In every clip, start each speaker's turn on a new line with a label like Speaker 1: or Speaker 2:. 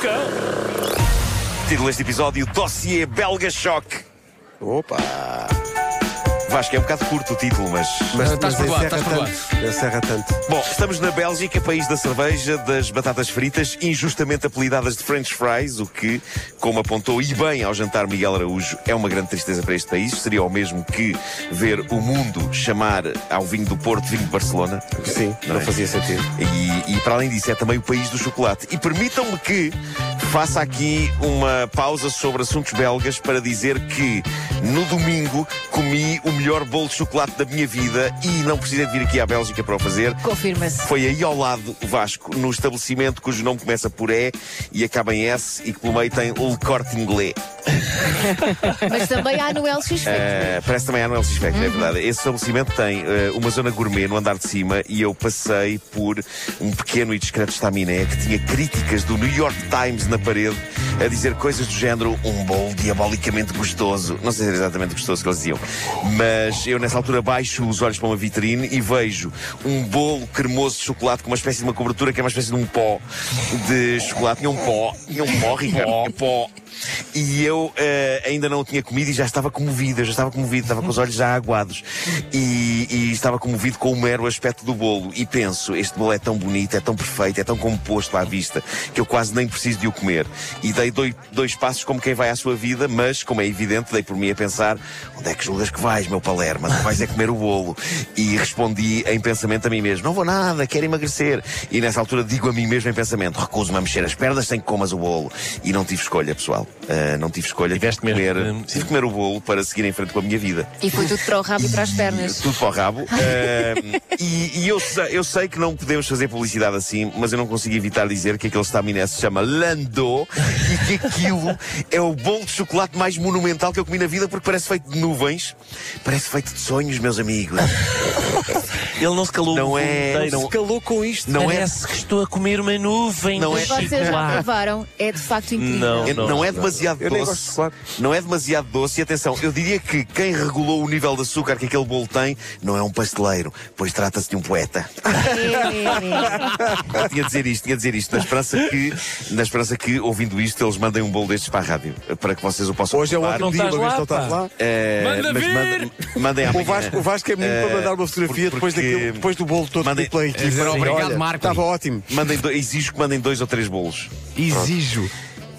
Speaker 1: cão.
Speaker 2: Título deste episódio: Dossier Belga Choque.
Speaker 3: Opa!
Speaker 2: Vasco, é um bocado curto o título, mas.
Speaker 3: Mas,
Speaker 4: Estás
Speaker 3: mas
Speaker 4: perdoado,
Speaker 3: encerra
Speaker 4: estás perdoado.
Speaker 3: tanto. Encerra tanto.
Speaker 2: Bom, estamos na Bélgica, país da cerveja, das batatas fritas, injustamente apelidadas de French fries, o que, como apontou e bem ao jantar Miguel Araújo, é uma grande tristeza para este país. Seria o mesmo que ver o mundo chamar ao vinho do Porto vinho de Barcelona.
Speaker 3: Sim, não,
Speaker 2: Não é?
Speaker 3: fazia sentido.
Speaker 2: E, e, para além disso, é também o país do chocolate. E permitam-me que faça aqui uma pausa sobre assuntos belgas para dizer que no domingo comi o melhor bolo de chocolate da minha vida e não precisei de vir aqui à Bélgica para o fazer.
Speaker 5: Confirma-se.
Speaker 2: Foi aí ao lado, Vasco, no estabelecimento cujo nome começa por E e acaba em S e que pelo meio tem o Le Corte Inglês.
Speaker 5: Mas também há no LX
Speaker 2: Eh, parece também a Noel Suspect, é verdade. Esse estabelecimento tem eh, uma zona gourmet no andar de cima e eu passei por um pequeno e discreto estaminé que tinha críticas do New York Times na parede a dizer coisas do género um bolo diabolicamente gostoso. Não sei se era exatamente gostoso que eles diziam, mas eu nessa altura baixo os olhos para uma vitrine e vejo um bolo cremoso de chocolate com uma espécie de uma cobertura que é uma espécie de um pó de chocolate. Tinha um pó, tinha um pó, Ricardo, tinha um pó. E eu eh, ainda não o tinha comido e já estava comovido, eu já estava comovido, estava com os olhos já aguados. E, e estava comovido com o mero aspecto do bolo. E penso, este bolo é tão bonito, é tão perfeito, é tão composto à vista, que eu quase nem preciso de o comer. E dei dois, dois passos como quem vai à sua vida, mas, como é evidente, dei por mim a pensar, onde é que julgas que vais, meu Palermo? Não vais é comer o bolo. E respondi em pensamento a mim mesmo, não vou nada, quero emagrecer. E nessa altura digo a mim mesmo em pensamento, recuso-me a mexer as pernas sem que comas o bolo. E não tive escolha, pessoal. Ah, não tive escolha.
Speaker 4: Tiveste
Speaker 2: Tive de
Speaker 4: mesmo,
Speaker 2: comer-
Speaker 4: hum,
Speaker 2: tive de comer o bolo para seguir em frente com a minha vida.
Speaker 5: E foi tudo para o rabo e para as pernas.
Speaker 2: Tudo para o rabo. Ahm, e e eu, sei, eu sei que não podemos fazer publicidade assim, mas eu não consigo evitar dizer que aquele estaminé se chama Landau e que aquilo é o bolo de chocolate mais monumental que eu comi na vida porque parece feito de nuvens, parece feito de sonhos, meus amigos.
Speaker 4: Ele não se calou.
Speaker 2: Não
Speaker 4: o
Speaker 2: é-
Speaker 4: inteiro.
Speaker 2: não-
Speaker 3: Calou com isto.
Speaker 2: Não é,
Speaker 4: Parece que estou a comer uma nuvem.
Speaker 2: Não
Speaker 4: de
Speaker 2: é-
Speaker 5: Vocês já
Speaker 4: chocolate.
Speaker 5: provaram, é de facto incrível.
Speaker 4: Não.
Speaker 2: é- não é demasiado
Speaker 3: Eu nem gosto de
Speaker 2: doce.
Speaker 3: chocolate.
Speaker 2: Não é demasiado doce e atenção, eu diria que quem regulou o nível de açúcar que aquele bolo tem não é um pasteleiro, pois trata-se de um poeta.
Speaker 5: É,
Speaker 2: Eu Ah, tinha a dizer isto, tinha a dizer isto, na esperança que, na esperança que ouvindo isto, eles mandem um bolo destes para a rádio, para que vocês o possam
Speaker 3: Hoje é um
Speaker 2: provar.
Speaker 3: ótimo dia,
Speaker 4: estás
Speaker 3: uma vez
Speaker 4: lá,
Speaker 3: que não estás
Speaker 4: pá.
Speaker 3: lá.
Speaker 2: Eh,
Speaker 4: Manda
Speaker 2: mas
Speaker 4: vir!
Speaker 2: mandem- mandem
Speaker 3: O
Speaker 2: amanhã.
Speaker 3: Vasco, o Vasco é menino para
Speaker 2: Eh,
Speaker 3: mandar uma fotografia
Speaker 2: por-
Speaker 3: depois
Speaker 2: porque- Eh,
Speaker 3: daquilo, depois do bolo todo
Speaker 2: Mandem-
Speaker 3: mandei, pela equipa.
Speaker 4: dizer, obrigado,
Speaker 3: Olha,
Speaker 4: Marco.
Speaker 3: Estava ótimo.
Speaker 2: Mandem do- exijo que mandem dois ou três bolos.
Speaker 4: Exijo.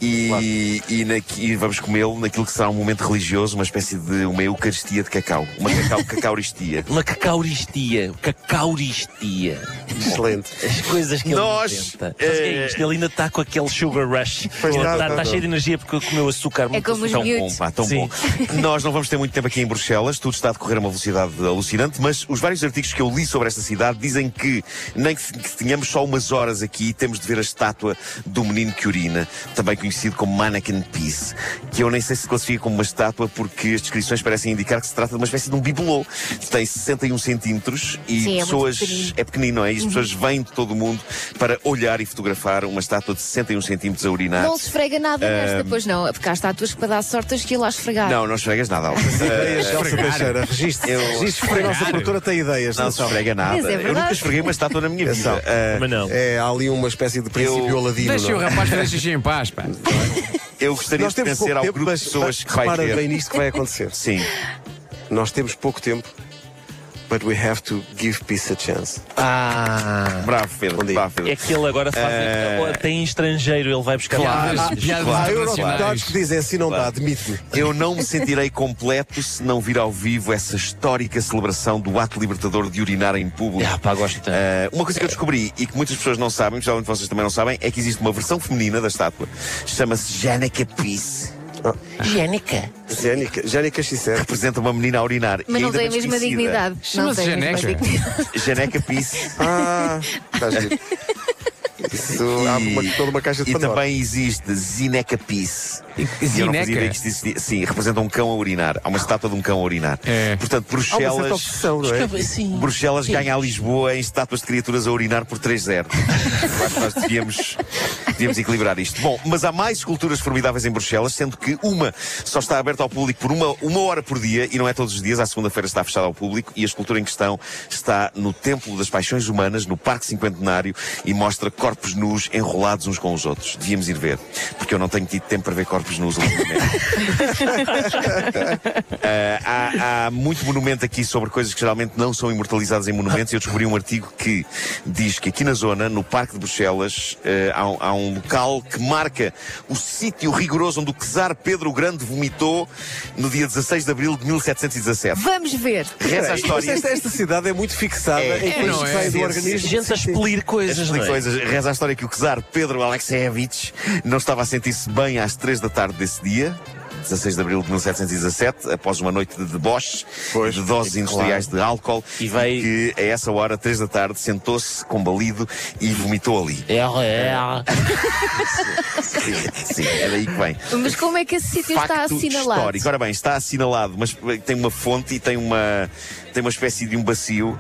Speaker 2: E, e, naqui- e vamos comê-lo naquilo que será um momento religioso, uma espécie de uma eucaristia de cacau. Uma cacau, cacauristia.
Speaker 4: Uma cacauristia. um Cacauristia.
Speaker 3: Excelente.
Speaker 4: As coisas que ele
Speaker 2: Nós,
Speaker 4: inventa. Sabes o que é isto? Ele ainda está com aquele sugar rush.
Speaker 3: Pois
Speaker 4: Ele está
Speaker 3: está, está,
Speaker 4: está cheio de energia porque comeu açúcar. muito
Speaker 5: É como os
Speaker 4: açúcar.
Speaker 2: Tão Tá bom,
Speaker 5: miúdos.
Speaker 2: pá, tão
Speaker 4: Sim.
Speaker 2: bom. Nós não vamos ter muito tempo aqui em Bruxelas, tudo está a decorrer a uma velocidade alucinante, mas os vários artigos que eu li sobre esta cidade dizem que, nem que, se- que tenhamos só umas horas aqui, temos de ver a estátua do menino que urina, também conhecido como Mannequin Peace, que eu nem sei se classifica como uma estátua porque as descrições parecem indicar que se trata de uma espécie de um bibelô. Tem 61 centímetros e
Speaker 5: Sim, é muito
Speaker 2: pessoas.
Speaker 5: pequenino. Uhum.
Speaker 2: é pequenino, não é? E as pessoas vêm de todo o mundo para olhar e fotografar uma estátua de 61 centímetros a urinar.
Speaker 5: Não se esfrega nada nesta, pois não. Porque há estátuas que para dar sorte tens que ir lá esfregar.
Speaker 2: Ehm. Não, não esfregas nada, Alves.
Speaker 3: Ideias, Elsa Teixeira. Registe.
Speaker 2: Eh, Eu-
Speaker 3: Registe porque a nossa produtora tem ideias.
Speaker 2: Não se
Speaker 3: atenção.
Speaker 2: esfrega nada.
Speaker 5: Mas é
Speaker 2: eu nunca
Speaker 5: verdade.
Speaker 2: esfreguei uma estátua na minha vida.
Speaker 3: Atenção.
Speaker 2: Ah,
Speaker 4: Mas não.
Speaker 3: É, há ali uma espécie de princípio
Speaker 2: Eu-
Speaker 3: aladino.
Speaker 6: Deixa
Speaker 3: não
Speaker 6: o
Speaker 3: é?
Speaker 6: rapaz fazer xixi em paz, pá.
Speaker 2: eu gostaria
Speaker 3: Nós
Speaker 2: de
Speaker 3: temos
Speaker 2: vencer
Speaker 3: pouco
Speaker 2: ao
Speaker 3: tempo,
Speaker 2: grupo de
Speaker 3: mas
Speaker 2: pessoas que vai
Speaker 3: repara
Speaker 2: ter.
Speaker 3: bem nisto que vai acontecer.
Speaker 2: Sim.
Speaker 3: Nós temos pouco tempo, but we have to give peace a chance.
Speaker 4: Ah.
Speaker 2: Bravo, Pedro.
Speaker 3: Bom dia.
Speaker 2: Bravo, Pedro.
Speaker 4: É que ele agora faz. Até em estrangeiro ele vai buscar.
Speaker 6: Piadas,
Speaker 4: Ah,
Speaker 6: piadas
Speaker 3: Há
Speaker 6: internacionais.
Speaker 3: eurodeputados que dizem assim não dá, admite-me.
Speaker 2: Eu não me sentirei completo se não vir ao vivo essa histórica celebração do ato libertador de urinar em público.
Speaker 4: Ah, pá, gosto tanto.
Speaker 2: Ah, uma coisa que eu descobri e que muitas pessoas não sabem, especialmente vocês também não sabem, é que existe uma versão feminina da estátua. Chama-se Jana Capice.
Speaker 3: Jénica, Jénica Xicero.
Speaker 2: Representa uma menina a urinar.
Speaker 5: Mas
Speaker 2: e
Speaker 5: não
Speaker 2: ainda
Speaker 5: tem a
Speaker 2: bem
Speaker 5: mesma
Speaker 2: esquecida.
Speaker 5: dignidade. Não
Speaker 6: Chama-se
Speaker 5: tem a mesma
Speaker 6: Janeca.
Speaker 5: dignidade.
Speaker 2: Janeca Piece.
Speaker 3: Ah, estás giro. Isso há uma, toda uma caixa de
Speaker 2: E
Speaker 3: Pandora.
Speaker 2: também existe Zineca Peace. E eu não fazia
Speaker 6: Zineca?
Speaker 2: ideia que isto existia. Sim, representa um cão a urinar. Há uma estátua de um cão a urinar.
Speaker 6: É.
Speaker 2: Portanto,
Speaker 3: Há uma certa
Speaker 2: Bruxelas.
Speaker 3: obsessão, não é?
Speaker 4: Sim.
Speaker 2: Bruxelas ganha a Lisboa em estátuas de criaturas a urinar por 3-0. Eu acho que Nós devíamos, devíamos equilibrar isto. Bom, mas há mais esculturas formidáveis em Bruxelas, sendo que uma só está aberta ao público por uma, uma hora por dia, e não é todos os dias, à segunda-feira está fechada ao público, e a escultura em questão está no Templo das Paixões Humanas, no Parque Cinquentenário, e mostra corpos corpos nus enrolados uns com os outros. Devíamos ir ver. Porque eu não tenho tido tempo para ver corpos nus ultimamente. Ah, há, há muito monumento aqui sobre coisas que geralmente não são imortalizadas em monumentos. Eu descobri um artigo que diz que aqui na zona, no Parque de Bruxelas, eh, há, um- há um local que marca o sítio rigoroso onde o czar Pedro o Grande vomitou no dia 16 de abril de 1717.
Speaker 5: Vamos ver.
Speaker 2: Reza a
Speaker 3: Mas
Speaker 2: história.
Speaker 3: esta, esta cidade é muito fixada
Speaker 2: É,
Speaker 3: em
Speaker 2: é,
Speaker 3: coisas
Speaker 2: não
Speaker 3: que
Speaker 2: é?
Speaker 3: saem do
Speaker 2: Sim,
Speaker 3: organismo.
Speaker 4: Gente a
Speaker 3: Sim, sim.
Speaker 4: expelir coisas,
Speaker 2: Estas
Speaker 4: não é?
Speaker 2: coisas, reza a história que o czar Pedro Alexeyevich não estava a sentir-se bem às 3 da tarde desse dia. 16 de abril de 1717, após uma noite de deboche,
Speaker 3: Pois,
Speaker 2: de doses industriais de álcool,
Speaker 4: E veio-
Speaker 2: que a essa hora, 3 da tarde, sentou-se combalido e vomitou ali.
Speaker 4: É, RR.
Speaker 2: Sim, é daí que vem.
Speaker 5: Mas como é que esse sítio está
Speaker 2: Facto
Speaker 5: assinalado?
Speaker 2: histórico. Ora bem, está assinalado, mas tem uma fonte e tem uma, tem uma espécie de um bacio. uh,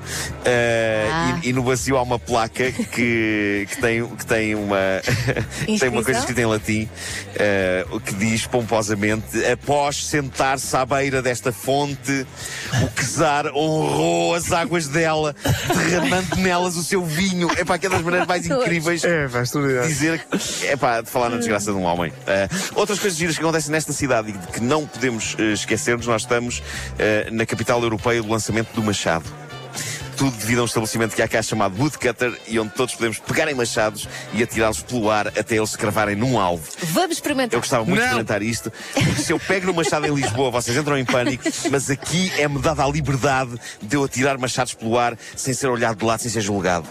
Speaker 5: Ah.
Speaker 2: e, e no bacio há uma placa que, que, tem, que tem uma. tem uma coisa
Speaker 5: Inscrição?
Speaker 2: escrita em latim uh, que diz pomposamente: após sentar-se à beira desta fonte, o Quesar honrou as águas dela, derramando nelas o seu vinho. É para aquelas maneiras mais incríveis
Speaker 3: É, vai extraordinário.
Speaker 2: dizer que é pá, de falar na desgraça de um homem. Eh, outras coisas giras que acontecem nesta cidade e de que não podemos eh, esquecermos, nós estamos eh, na capital europeia do lançamento do Machado. Tudo devido a um estabelecimento que há cá chamado Woodcutter e onde todos podemos pegar em machados e atirá-los pelo ar até eles se cravarem num alvo.
Speaker 5: Vamos experimentar.
Speaker 2: Eu gostava muito
Speaker 4: Não.
Speaker 2: de comentar isto. porque Se eu pego no machado em Lisboa, vocês entram em pânico, mas aqui é-me dada a liberdade de eu atirar machados pelo ar sem ser olhado de lado, sem ser julgado.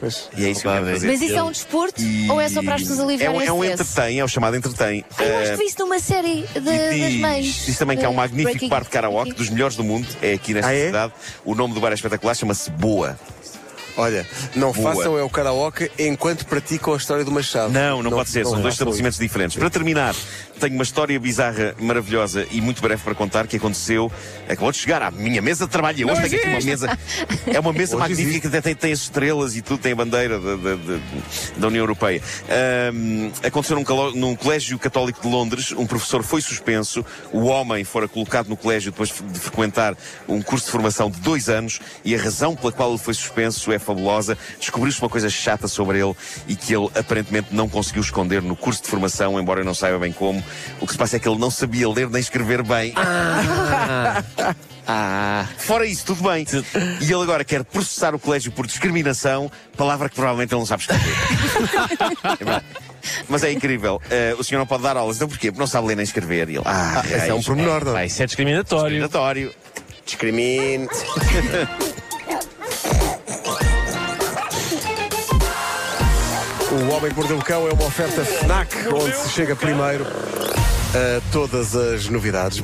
Speaker 3: Pois.
Speaker 2: E é isso que eu quero fazer.
Speaker 5: Mas isso é um desporto?
Speaker 2: E-
Speaker 5: Ou é só para as pessoas
Speaker 2: É
Speaker 5: aliviarem
Speaker 2: um, é um
Speaker 5: o stress?
Speaker 2: entretém, é o chamado entretém.
Speaker 5: Ah, Eu acho
Speaker 2: Eh,
Speaker 5: que vi isso numa série de, das
Speaker 2: e
Speaker 5: mães.
Speaker 2: diz, diz também que há um
Speaker 5: Eh,
Speaker 2: magnífico
Speaker 5: Breaking-
Speaker 2: bar de karaoke dos melhores do mundo, é aqui nesta
Speaker 3: Ah, é?
Speaker 2: cidade. O nome do bar é espetacular, chama-se Boa.
Speaker 3: Olha, não
Speaker 2: Boa.
Speaker 3: façam é o karaoke enquanto praticam a história do Machado.
Speaker 2: Não, não, pode ser, são
Speaker 3: não
Speaker 2: dois
Speaker 3: façam
Speaker 2: estabelecimentos diferentes. Para terminar, tenho uma história bizarra, maravilhosa e muito breve para contar que aconteceu. Acabou de chegar à minha mesa de trabalho. Eu Hoje tenho aqui uma mesa. É uma mesa
Speaker 3: Hoje
Speaker 2: magnífica
Speaker 3: existe.
Speaker 2: que até tem, tem as estrelas e tudo, tem a bandeira da, da- da- da União Europeia. Ahm, aconteceu num, calo- num colégio católico de Londres, um professor foi suspenso, o homem fora colocado no colégio depois de frequentar um curso de formação de dois anos e a razão pela qual ele foi suspenso é fabulosa. Descobriu-se uma coisa chata sobre ele e que ele aparentemente não conseguiu esconder no curso de formação, embora eu não saiba bem como. O que se passa é que ele não sabia ler nem escrever bem.
Speaker 3: Ah.
Speaker 2: Fora isso, tudo bem. E ele agora quer processar o colégio por discriminação, palavra que provavelmente ele não sabe escrever. É verdade. Mas é incrível. Eh, o senhor não pode dar aulas. Então porquê? Porque não sabe ler nem escrever. E ele, ah,
Speaker 3: Ah, esse é um pormenor, não
Speaker 4: Pá,
Speaker 3: é?
Speaker 4: isso é discriminatório.
Speaker 2: Discriminatório.
Speaker 3: Discrimine. O Homem que Mordeu o Cão é uma oferta FNAC, onde se chega primeiro a todas as novidades.